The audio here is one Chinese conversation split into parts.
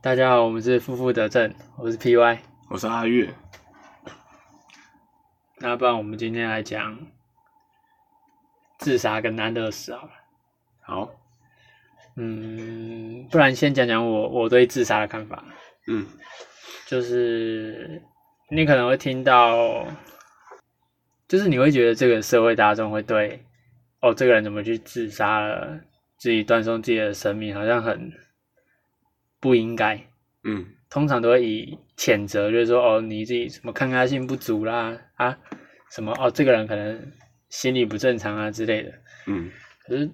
大家好，我们是负负得正，我是 PY。我是阿月，那不然我们今天来讲自杀跟安乐死好了。好，嗯，不然先讲讲我我对自杀的看法。嗯，就是你可能会听到，就是你会觉得这个社会大众会对哦，这个人怎么去自杀了，自己断送自己的生命，好像很不应该。嗯，通常都会以谴责，就是说哦，你自己什么抗压性不足啦，啊，什么哦，这个人可能心理不正常啊之类的。嗯，可是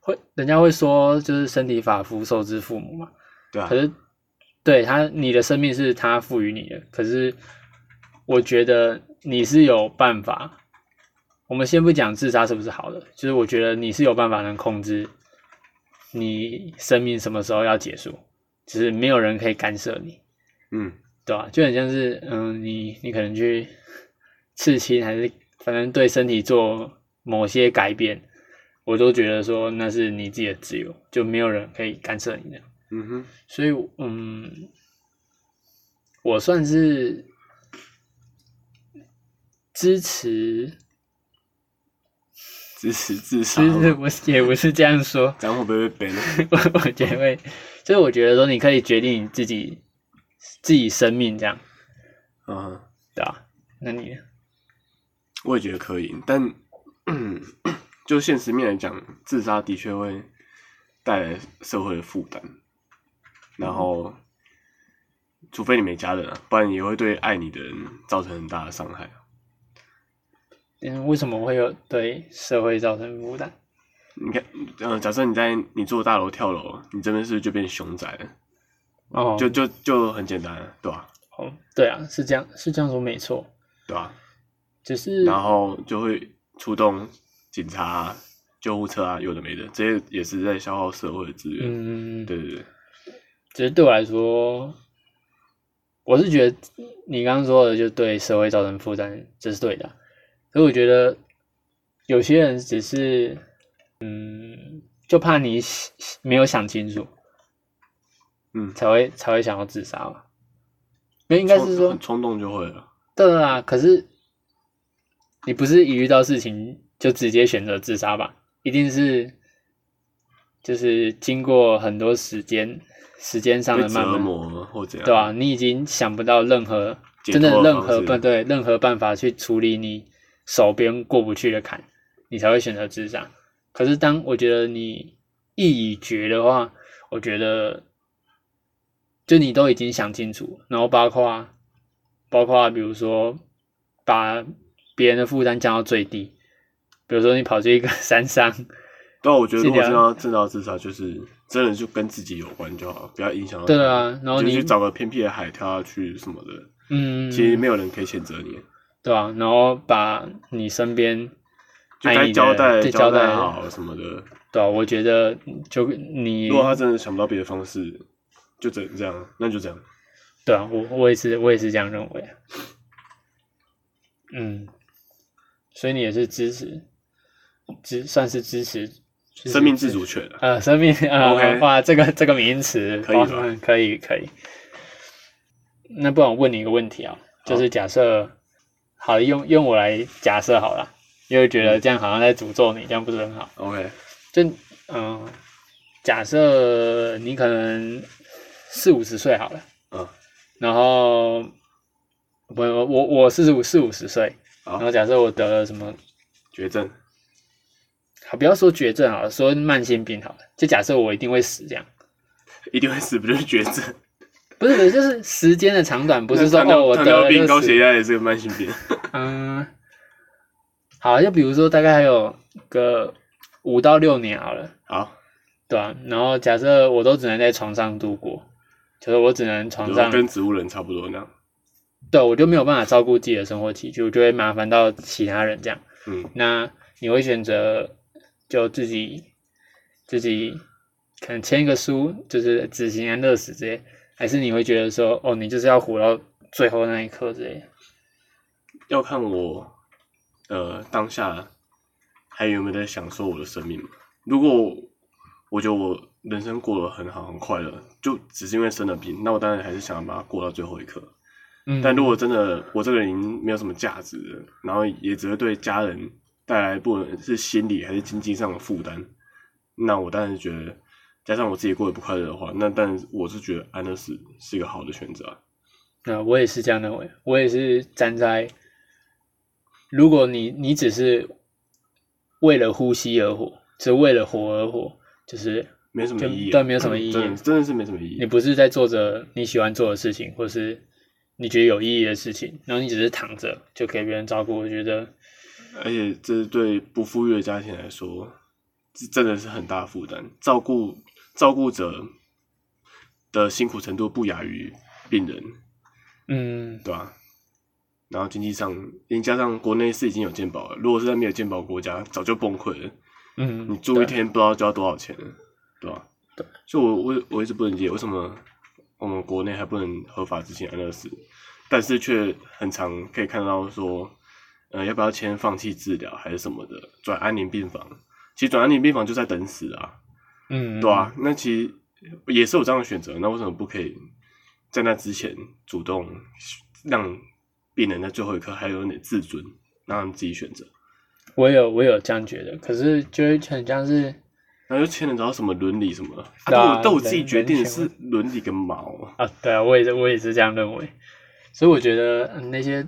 会人家会说，就是身体发肤受之父母嘛。对啊可，是对他，你的生命是他赋予你的，可是我觉得你是有办法。我们先不讲自杀是不是好的，就是我觉得你是有办法能控制你生命什么时候要结束，只是没有人可以干涉你。嗯，对啊，就很像是嗯，你你可能去刺青，还是反正对身体做某些改变，我都觉得说那是你自己的自由，就没有人可以干涉你的。嗯哼，所以嗯，我算是支持，支持自杀其吗，实我也不是这样说， 这样会不会被 ban？我我觉得会，就是我觉得说你可以决定你自己自己生命这样，嗯，对吧、那你呢我也觉得可以，但嗯，就现实面来讲，自杀的确会带来社会的负担，然后，除非你没家人啊，不然也会对爱你的人造成很大的伤害啊。嗯，为什么会有对社会造成负担？你看，嗯、假设你在你住的大楼跳楼，你这边是不是就变熊仔了？哦就就就很简单了，对吧、哦，对啊，是这样，是这样说没错，对吧、只是然后就会出动警察啊、救护车啊，有的没的，这些也是在消耗社会的资源。嗯，对对对，只是对我来说，我是觉得你刚刚说的就对社会造成负担，这是对的。可是我觉得有些人只是，嗯，就怕你想没有想清楚，嗯，才会才会想要自杀吧。那应该是冲说很，冲动就会了。对啊，可是你不是一遇到事情就直接选择自杀吧？一定是就是经过很多时间时间上被的折慢慢，磨或怎样，对啊，你已经想不到任何解真的脱的任方何式办对任何办法去处理你手边过不去的坎，你才会选择自杀。可是当我觉得你意已决的话，我觉得就你都已经想清楚，然后包括包括比如说把别人的负担降到最低，比如说你跑去一个山上， 对啊，我觉得如尽果真的量要真的要自杀，就是真的就跟自己有关就好，不要影响到。对，啊，然后就你去找个偏僻的海跳下去什么的，嗯，其实没有人可以谴责你，对啊，然后把你身边就爱该你的交代对交交代代好什么的。对啊，我觉得就你如果他真的想不到别的方式，就只能这样，那就这样。对啊，我我也是我也是这样认为啊。嗯，所以你也是支持，支算是支持支持生命自主权啊，呃生命呃 OK 哇，这个这个名词可以吧哦可以可以。那不然我问你一个问题啊，就是假设好用用我来假设好了，因为觉得嗯这样好像在诅咒你，这样不是很好。 OK，就嗯、假设你可能四五十岁好了。嗯，然后我我我四五四五十岁，好然后假设我得了什么，绝症，好不要说绝症好了，说慢性病好了，就假设我一定会死这样，一定会死，不就是绝症？不是不是，就是时间的长 短，不是说糖尿哦我糖得尿了病、就高死血压也是个慢性病。嗯，好，就比如说大概还有个五到六年好了，好，对吧、然后假设我都只能在床上度过，就是我只能床就上，啊跟植物人差不多那样。对我就没有办法照顾自己的生活起居，我就会麻烦到其他人这样。嗯那你会选择就自己自己可能签一个书，就是执行安乐死之类，还是你会觉得说，哦，你就是要活到最后那一刻之类的？要看我呃当下还有没有在享受我的生命嘛。如果我觉得我人生过得很好很快乐，就只是因为生了病，那我当然还是想要把它过到最后一刻。嗯，但如果真的我这个人已经没有什么价值了，然后也只会对家人带来不论是心理还是经济上的负担，那我当然觉得，加上我自己过得不快乐的话，那当然我是觉得安乐死是一个好的选择啊。啊，我也是这样认为，我也是站在，如果你你只是为了呼吸而活，只为了活而活，就是没什么就意义啊、对没有什么意义真的真的是没什么意你义。不是在做着你喜欢做的事情，或是你觉得有意义的事情，然后你只是躺着就给别人照顾，我觉得而且这是对不富裕的家庭来说，这真的是很大的负担。照顾照顾者的辛苦程度不亚于病人，嗯，对吧、啊然后经济上，因加上国内是已经有健保了，如果是在没有健保国家，早就崩溃了。嗯，你住对，一嗯天不知道就要多少钱了，对吧、对，所以我我我一直不能理解为什么我们国内还不能合法执行安乐死，但是却很常可以看到说，呃，要不要先放弃治疗还是什么的，转安宁病房。其实转安宁病房就在等死啊，嗯，对啊，那其实也是有这样的选择，那为什么不可以在那之前主动让病人在最后一刻还有点自尊，让他们自己选择？嗯我有我有这样觉得，可是就会很像是，然后就牵扯到什么伦理什么的，对啊啊，都我都我自己人决定人的权是伦理跟毛啊，啊，对啊，我也是，我也是这样认为。所以我觉得、嗯那些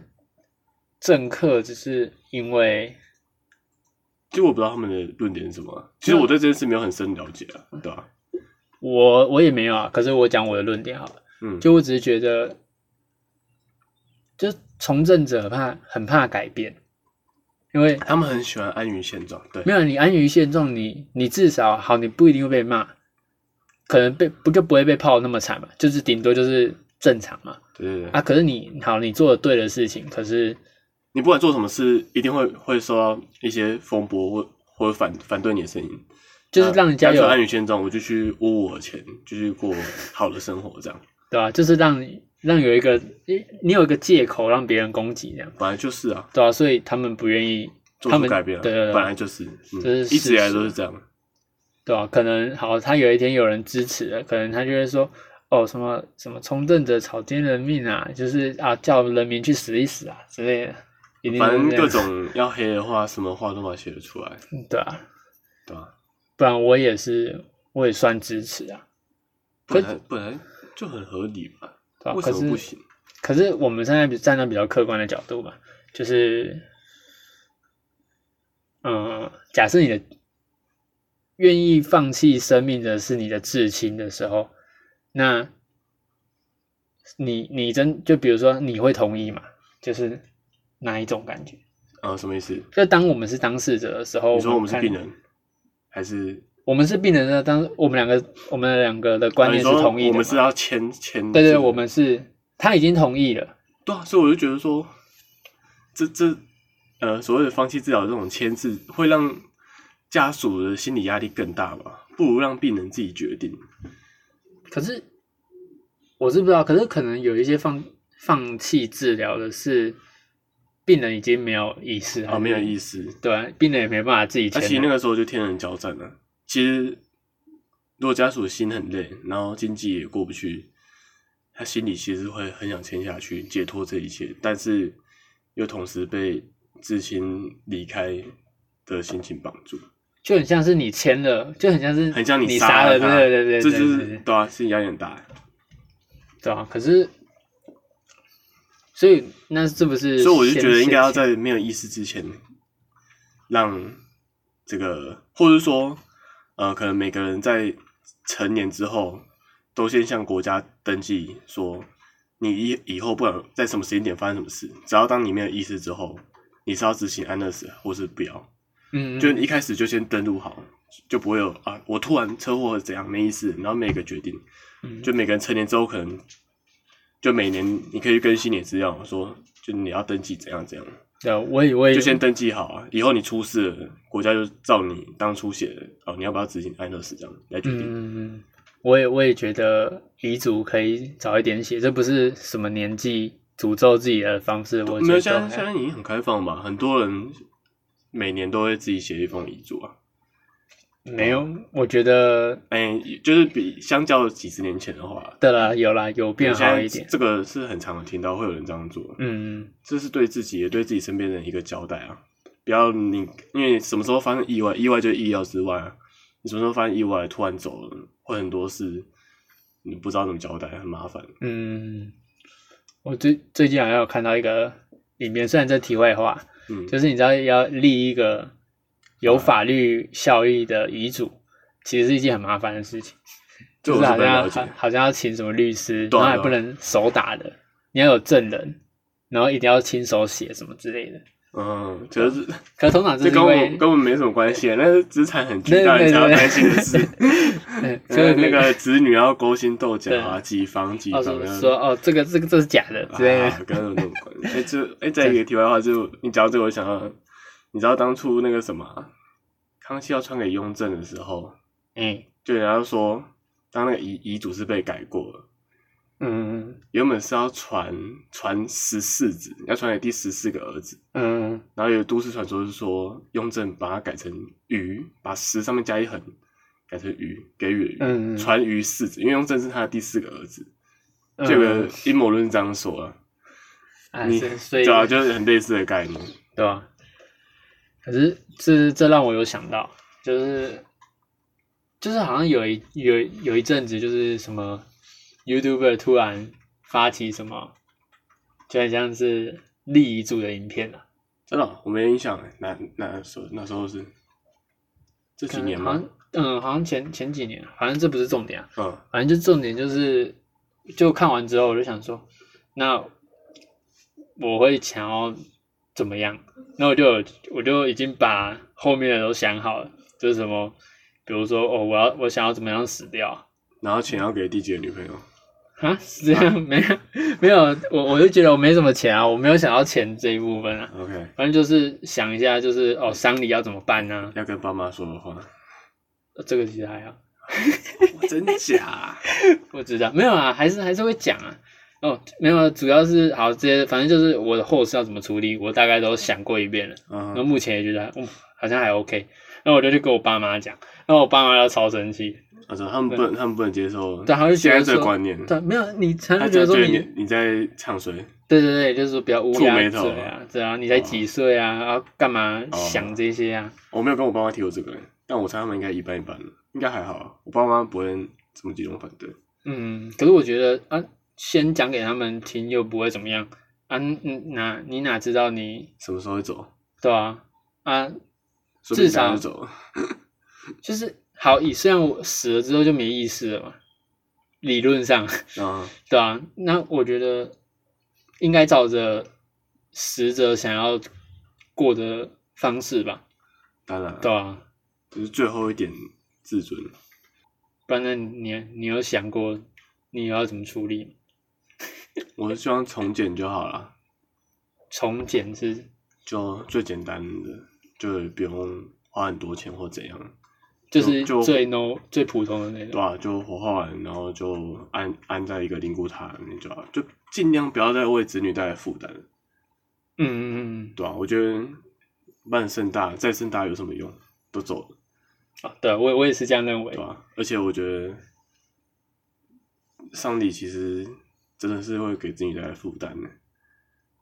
政客只是因为，就我不知道他们的论点是什么啊。其实我对这件事没有很深了解啊，对吧、我我也没有啊，可是我讲我的论点好了。嗯，就我只是觉得，就从政者怕很怕改变，因为他们很喜欢安于现状，对没，有你安于现状，你你至少好，你不一定会被骂，可能被不就不会被泡那么惨嘛，就是顶多就是正常嘛。对对对。啊，可是你好，你做的对的事情，可是你不管做什么事，一定会会受到一些风波或或者反反对你的声音，就是让人家啊有、干脆安于现状，我就去窝我的钱，就去过好的生活，这样对吧、就是让你让有一个你你有一个借口让别人攻击这样，本来就是啊，对吧、所以他们不愿意，做他出们改变、啊，对对对本来就是，嗯这是一直以来事实都是这样，对吧、可能好，他有一天有人支持了，可能他就会说，哦，什么什么从政者草菅人命啊，就是啊叫人民去死一死啊之类的，一定都反是正这各样种要黑的话，什么话都把它写得出来，对啊，对吧、不然我也是我也算支持啊，可本来本来就很合理嘛，对吧、啊为什可么不是行？可是我们现在比站在比较客观的角度嘛，就是，嗯、假设你的愿意放弃生命的是你的至亲的时候，那你你真就比如说你会同意嘛？就是哪一种感觉？啊，什么意思？就当我们是当事者的时候，你说我们是看病，人，还是我们是病人的当我们两个我们两个的观啊你念是说同意的嘛、我们是要签签字的，对对，我们是他已经同意了。对啊，所以我就觉得说，这这呃，所谓的放弃治疗这种签字，会让家属的心理压力更大吧？不如让病人自己决定。可是我是不知道，可是可能有一些放放弃治疗的是病人已经没有意识啊，没有思，意思。对啊、病人也没办法自己那、其实签那啊。个时候就天人交战了、其实，如果家属心很累，然后经济也过不去，他心里其实会很想签下去，解脱这一切，但是又同时被至亲离开的心情绑住，就很像是你签了，就很像是很像你杀了，他，对对对对，这对就对是对对啊，心理压力很大。对啊。可是，所以那是不是？所以我就觉得应该要在没有意识之前，让这个，或者说，呃，可能每个人在成年之后，都先向国家登记说，你以以后不管在什么时间点发生什么事，只要当你没有意识之后，你是要执行安乐死，或是不要，嗯，嗯就你一开始就先登录好，就不会有啊，我突然车祸怎样没意识，然后每个决定，嗯就每个人成年之后，可能就每年你可以更新你的资料，说就你要登记怎样怎样，对啊，我以为就先登记好啊。以后你出事了，国家就照你当初写的哦，你要不要执行安乐死这样来决定。嗯，我也我也觉得遗嘱可以早一点写，这不是什么年纪诅咒自己的方式。我没有，觉现在得现还在已经很开放吧，很多人每年都会自己写一封遗嘱啊。嗯没有，我觉得哎、就是比相较几十年前的话，的啦，有啦，有变好一现在点。这个是很常听到会有人这样做，嗯，这是对自己也对自己身边人一个交代啊！不要你，因为什么时候发生意外，意外就是意料之外啊。你什么时候发生意外，突然走了，会很多事，你不知道怎么交代，很麻烦。嗯，我最最近好像有看到一个里面，虽然这题外话，嗯，就是你知道要立一个有法律效益的遗嘱，其实是一件很麻烦的事情，这就我是啊好是不太像了好解。好像要请什么律师，对然啊后还对啊不能手打的，你要有证人，然后一定要亲手写什么之类的。嗯，就是可是通常这这是跟因我为们跟我们没什么关系，啊那是职场很巨大，对对你才要对担心的 事。嗯，所以嗯那个子女要勾心斗角啊，几方几哦方说的。说哦，这个这个这是假的之类的啊，，跟那种关系。哎、这哎、再一个题外话，就你讲到这个，我想到，你知道当初那个什么啊康熙要传给雍正的时候，嗯就人家说，当那个遗遗嘱是被改过了，嗯原本是要传传十四子，要传给第十四个儿子。嗯然后有都市传说是说，雍正把它改成鱼，把十上面加一横，改成鱼，给予的鱼，嗯嗯传于四子，因为雍正是他的第四个儿子。嗯，这个阴谋论是这样说啊，啊，你是所以对啊，就是很类似的概念。对吧？可是这这让我有想到，就是就是好像有一有有一阵子，就是什么 YouTuber 突然发起什么，就很像是立遗嘱的影片啊，真的哦、我没印象欸，那那时候那时候是这几年好吗像？嗯，好像前前几年，反正这不是重点啊，嗯，反正就重点就是，就看完之后我就想说，那我会想要怎么样？那我就有我就已经把后面的都想好了，就是什么，比如说哦，我要我想要怎么样死掉然后钱要给第几个女朋友？啊？是这样没有 没有，我我就觉得我没什么钱啊，我没有想要钱这一部分啊， OK，反正就是想一下，就是哦，丧礼要怎么办呢、要跟爸妈说的 话，这个其实还好。真假？不知道，没有啊，还是还是会讲啊。哦，没有啊，主要是好这些，反正就是我的后事要怎么处理，我大概都想过一遍了。然后嗯，目前也觉得，嗯，好像还 OK。然后我就去跟我爸妈讲，然后我爸妈要超生气，我说他们不能，他们不能接受对，他就觉现得在这个说观念，对，没有你，他嗯他就觉觉得得说你你，你在唱衰。对对对，就是说不要乌皱鸦眉嘴头啊，对啊，你才几岁啊，然后干嘛哦想这些啊？我没有跟我爸妈提过这个，但我猜他们应该一半一半的，应该还好。啊我爸妈不会这么集中反对。嗯，可是我觉得啊，先讲给他们听又不会怎么样啊，嗯哪你哪知道你什么时候会走？对啊啊，说不定至少等下就走了。就是好，以虽然我死了之后就没意思了嘛，理论上，嗯，对啊，那我觉得应该照着死者想要过的方式吧，当然，对啊，就是最后一点自尊。不然那你你有想过你要怎么处理吗？我是希望从简就好了。从简是，就最简单的，就不用花很多钱或怎样，就是就最 no 最普通的那对种，啊吧、就火化完，然后就安安在一个灵骨塔里面就好，就尽量不要再为子女带来负担，嗯嗯嗯对吧、啊我觉得办盛大再盛大有什么用？都走了，嗯，啊，对我我也是这样认为对，吧、啊而且我觉得上帝其实真的是会给子女带来负担的。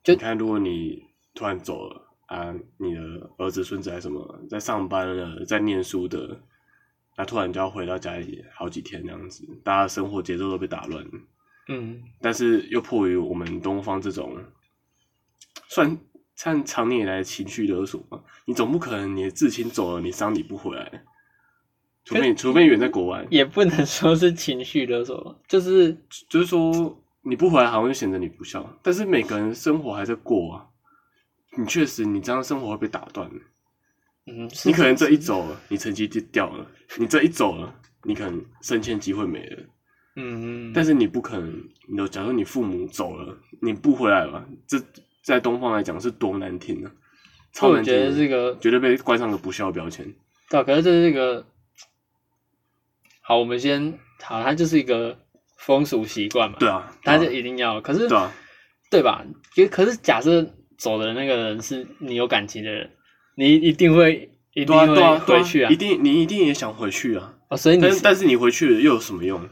就你看，如果你突然走了啊，你的儿子、孙子还什么在上班了，在念书的，那、突然就要回到家里好几天那样子，大家的生活节奏都被打乱。嗯，但是又迫于我们东方这种算算常年以来的情绪勒索嘛，你总不可能你的至亲走了，你丧礼不回来，除非除非远在国外，也不能说是情绪勒索吧，就是就是说你不回来，好像就显得你不孝。但是每个人生活还在过啊，你确实你这样生活会被打断。嗯，是你可能这一走了，你成绩就掉了；你这一走了，你可能升迁机会没了。嗯嗯，但是你不可能，你的假如你父母走了，你不回来了，这在东方来讲是多难听啊，超我难听觉的，得这个绝对被冠上个不孝标签。对啊，可是这是一个，好，我们先好，它就是一个风俗习惯嘛，对，啊，它就对啊一定要，可是对啊对吧？就可是假设走的那个人是你有感情的人，你一定会一一对定啊对会啊对回去啊一！定你一定也想回去啊，哦，所以你但是但是你回去了又有什么用？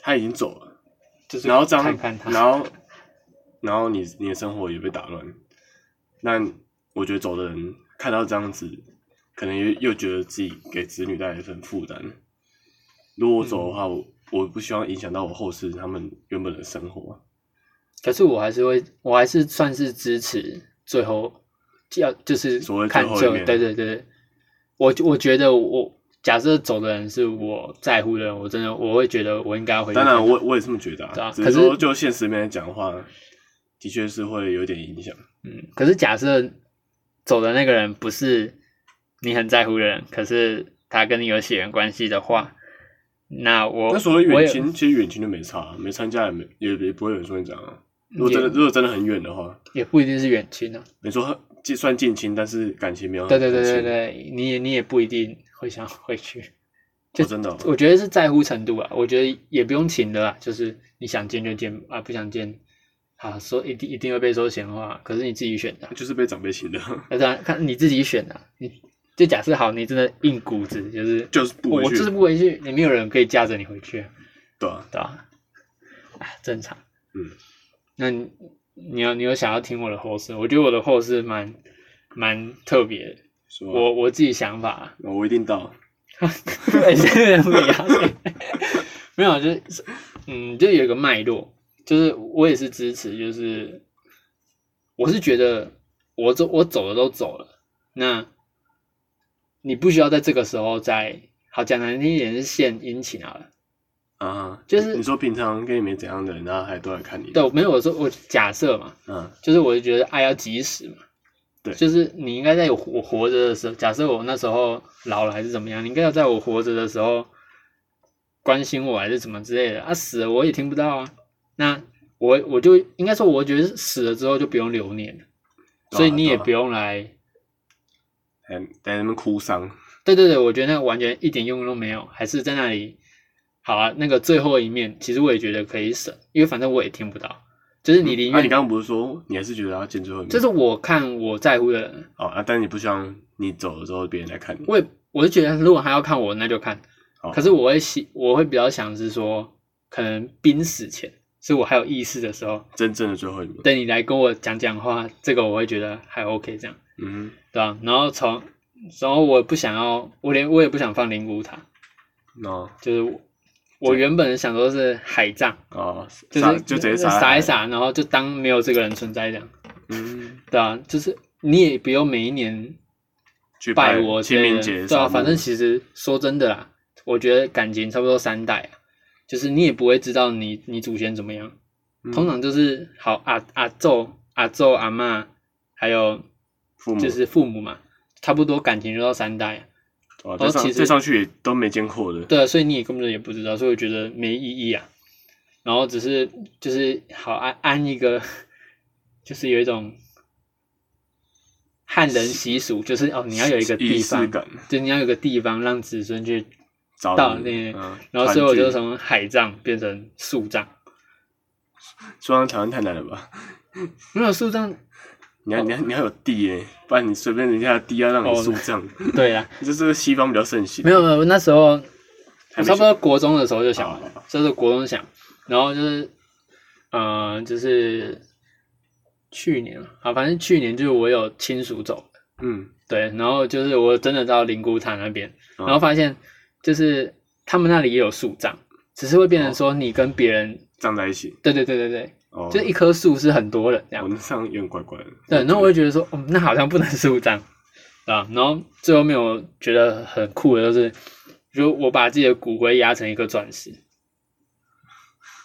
他已经走了，就是然后这样，看看他，然后然后你你的生活也被打乱。那我觉得走的人看到这样子，可能又又觉得自己给子女带来一份负担。如果我走的嗯话，我我不希望影响到我后世他们原本的生活啊。可是我还是会，我还是算是支持最后要就是所谓最看后一最后，面对对对对，我我觉得我假设走的人是我在乎的人，我真的我会觉得我应该回去当看他。然我，我也这么觉得对啊啊，只可是是说就现实面来讲的话，的确是会有点影响。嗯，可是假设走的那个人不是你很在乎的人，可是他跟你有血缘关系的话，那我那所谓我远也亲，其实远亲就没差啊，没参加也没也也不会有人说你怎样啊。如果真的也如果真的很远的话，也不一定是远亲啊。你说很既算近亲，但是感情没有很对对对对啊很亲，对，你也你也不一定会想回去。就哦真的哦我觉得是在乎程度啊，我觉得也不用请的啦，就是你想见就见啊，不想见啊，说一定一定会被说闲话，可是你自己选的啊，就是被长辈请的， 那当然看你自己选的啊、你就假设好，你真的硬骨子就是就是不我回我去，就是不回去，也没有人可以架着你回去啊，对啊，对吧、啊？正常。嗯，那你你有你有想要听我的后事？我觉得我的后事蛮蛮特别的，是吧？我我自己想法啊、 我我一定到，对，是不一样。 没有，就是嗯，就有一个脉络，就是我也是支持，就是我是觉得我走我走的都走了，那你不需要在这个时候再好讲难听一点是献殷勤好了。啊，就是你说平常跟你没怎样的人，然后还都来看你，对，我没有我说我假设嘛，嗯，就是我就觉得爱要及时嘛。对就是你应该在我活活着的时候，假设我那时候老了还是怎么样，你应该要在我活着的时候关心我还是怎么之类的。啊，死了我也听不到啊。那我我就应该说，我觉得死了之后就不用留念了，对啊所以你也对啊不用来。还在那边哭丧，对对对，我觉得那个完全一点用都没有，还是在那里。好啊，那个最后一面，其实我也觉得可以省，因为反正我也听不到。就是你宁愿，那、嗯啊你刚刚不是说你还是觉得要见最后一面？这是我看我在乎的人，哦啊，但你不希望你走了之后别人来看你，我也我是觉得，如果他要看我，那就看。哦可是我会喜，我会比较想是说，可能濒死前，是我还有意识的时候，真正的最后一面，等你来跟我讲讲话，这个我会觉得还 OK 这样，嗯对吧、然后从，然后我不想要，我连我也不想放灵骨塔，哼，哦就是我我原本想说是海葬，哦，就撒是就直接撒撒海一，撒，然后就当没有这个人存在这样，嗯，对啊，就是你也不用每一年去拜我之清类明的节对扫啊，墓，反正其实说真的啦，我觉得感情差不多三代啊，就是你也不会知道你你祖先怎么样，嗯通常就是好阿阿昼、阿昼、阿嬷，还有父母就是父母嘛，差不多感情就到三代啊、哇，然哦后其再上实再上去也都没见过的，对啊，所以你也根本也不知道，所以我觉得没意义啊。然后只是就是好安安一个，就是有一种汉人习俗，就是哦，你要有一个地仪式方，感，就你要有个地方让子孙去找到人那嗯然后所以我就团聚从海葬变成树葬，说台湾太难了吧？没有树葬，你要你要你要有地耶，不然你随便人家的地要让哦你树葬，对啦，这是西方比较盛行没，有没有，那时候我还没差不多国中的时候就想完哦了，这是国中想，然后就是，呃，就是去年啊，反正去年就是我有亲属走，嗯，对，然后就是我真的到灵谷塔那边，嗯然后发现就是他们那里也有树葬，只是会变成说你跟别人，葬在一起对对对对对，啊哦，就是一棵树是很多人这样我。那上有点怪怪的，对，然后我就觉得说，哦，那好像不能 树葬，对吧？然后最后面我觉得很酷的就是，就我把自己的骨灰压成一颗钻石，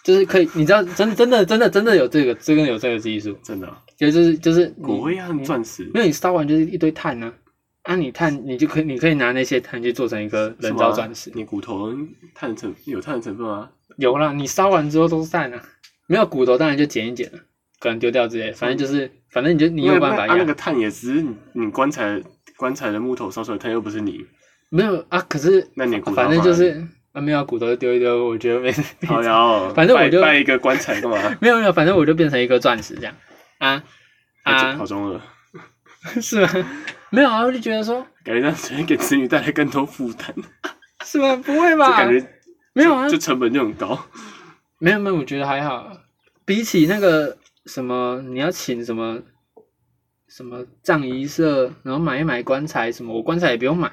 就是可以，你知道，真的真的真的真的有这个，真的有这个技术，真的啊就就是就是你骨灰要啊你钻石没有你烧完就是一堆碳呢、啊，啊，你碳你就可以你可以拿那些碳去做成一个人啊造钻石是吗，你骨头碳成有碳的成分吗？有啦，你烧完之后都是碳啊，没有骨头当然就捡一捡了、可能丢掉之类的，反正就是反正你就你有办法那那压啊那个碳也只是你你棺材棺材的木头烧出来的碳，又不是你。没有啊，可是那你骨头反正吗就是啊，没有啊骨头就丢一丢，我觉得没事。 好呀哦，反正我拜就拜一个棺材干嘛？没有没有， 反正我就变成一个钻石这样啊哎好中啊好，中 二，是吗？没有啊，我就觉得说，感觉让只会给子女带来更多负担，就是吗？不会吧？感觉没有啊就，成本就很高。 没有没有，我觉得还好啊，比起那个什么，你要请什么什么葬仪社，然后买一买棺材什么，我棺材也不用买，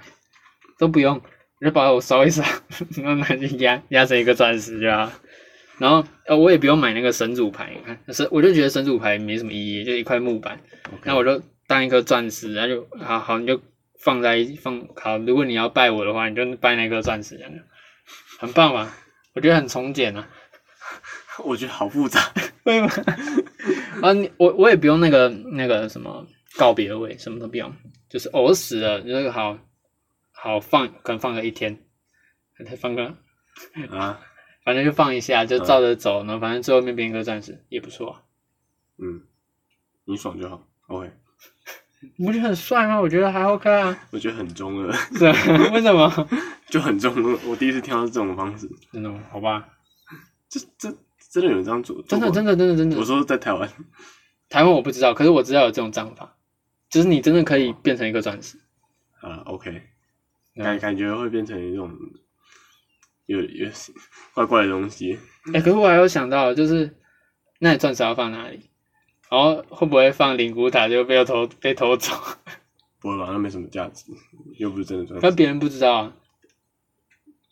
都不用，我就把我烧一烧，然后拿去压压成一个钻石就好了。然后呃，我也不用买那个神主牌，你看，神我就觉得神主牌没什么意义，就一块木板，那我就当一颗钻石，然后就好好你就放在一放好，如果你要拜我的话，你就拜那颗钻石，这样很棒吧？我觉得很从简啊。我觉得好复杂，会吗？ 啊，你我我也不用那个那个什么告别位，什么都不用，就是偶死了，那个好好放，可能放个一天，可能放个啊，反正就放一下，就照着走，然后反正最后面变一个钻石也不错、啊，嗯，你爽就好。OK，你不觉得很帅吗？我觉得还 OK 啊，我觉得很中二， 是啊为什么？就很中二。我第一次听到这种方式，真的吗好吧，这这真的有人这样做？真的真的，的真的真的我，说在台湾，台湾我不知道，可是我知道有这种章法，就是你真的可以变成一个钻石，啊，OK，嗯感感觉会变成一种有有怪怪的东西，哎、可是我还有想到，就是那你钻石要放哪里？然后会不会放灵骨塔就被偷被偷走？ 不会吧？那没什么价值，又不是真的赚那。别人不知道啊，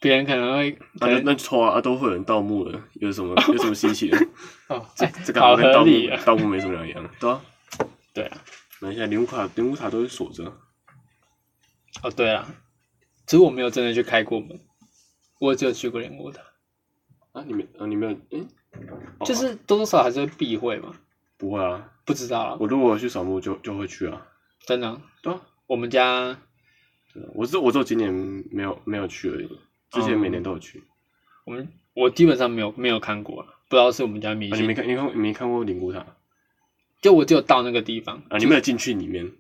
别人可能会可那就能、那就抽啊，啊都会有人盗墓了，有什么有什么稀 奇的？哦，哎、这个好跟合盗墓理啊！盗墓没什么两样，对啊。对啊，那现在灵骨塔灵骨塔都是锁着，哦对啊，只是我没有真的去开过门，我只有去过灵骨塔，啊，你们啊你们有，嗯，哦就是多多少少还是会避讳嘛，不会啊，不知道啊，我如果去扫墓就就会去啊，真的啊。对啊，我们家对啊我只我只有今年没有没有去而已，之哦前每年都有去。我们我基本上没有没有看过啊，不知道是我们家迷啊，你信，没看你看你没看过灵骨塔啊？就我只有到那个地方，你没有进去里面，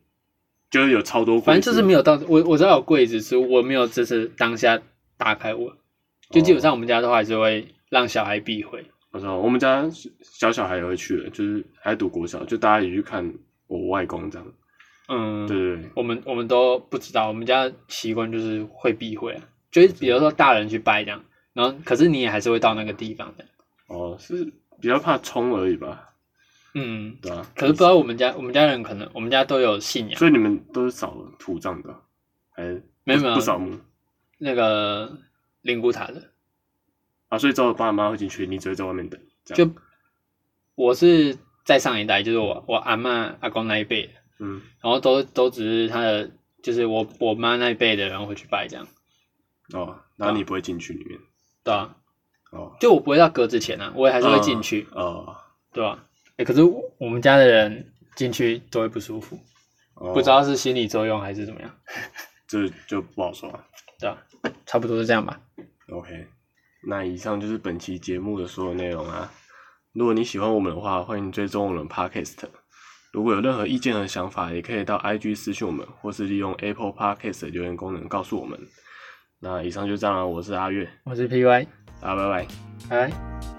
就是有超多，反正就是没有，有到我我知道有柜子，只是我没有这次当下打开我，就哦基本上我们家都还是会让小孩避讳。我知道，我们家小小孩也会去的，就是还读国小，就大家也去看我外公这样。嗯，对对对，我们我们都不知道，我们家习惯就是会避讳啊，就是比如说大人去拜这样，然后可是你也还是会到那个地方的。哦，是比较怕冲而已吧，嗯，对吧、啊？可是不知道我们家我们家人可能我们家都有信仰，所以你们都是扫土葬的，啊还是没有没有不扫墓那个灵骨塔的，啊？所以只有爸妈会进去，你只会在外面等。这样就我是在上一代，就是我我阿嬷阿公那一辈的。嗯，然后都都只是他的，就是我我妈那一辈的人会去拜这样，哦，啊然后你不会进去里面对啊，哦就我不会到格子前啊，我也还是会进去，哦，对啊吧、诶欸可是我我们家的人进去都会不舒服，哦不知道是心理作用还是怎么样，这就不好说。对啊吧、差不多是这样吧。 OK，那以上就是本期节目的所有内容啊。如果你喜欢我们的话，欢迎追踪我们的 Podcast。如果有任何意见和想法，也可以到 IG 私讯我们，或是利用 Apple Podcast 的留言功能告诉我们。那以上就这样了，我是阿月，我是 PY，大家拜拜。拜拜。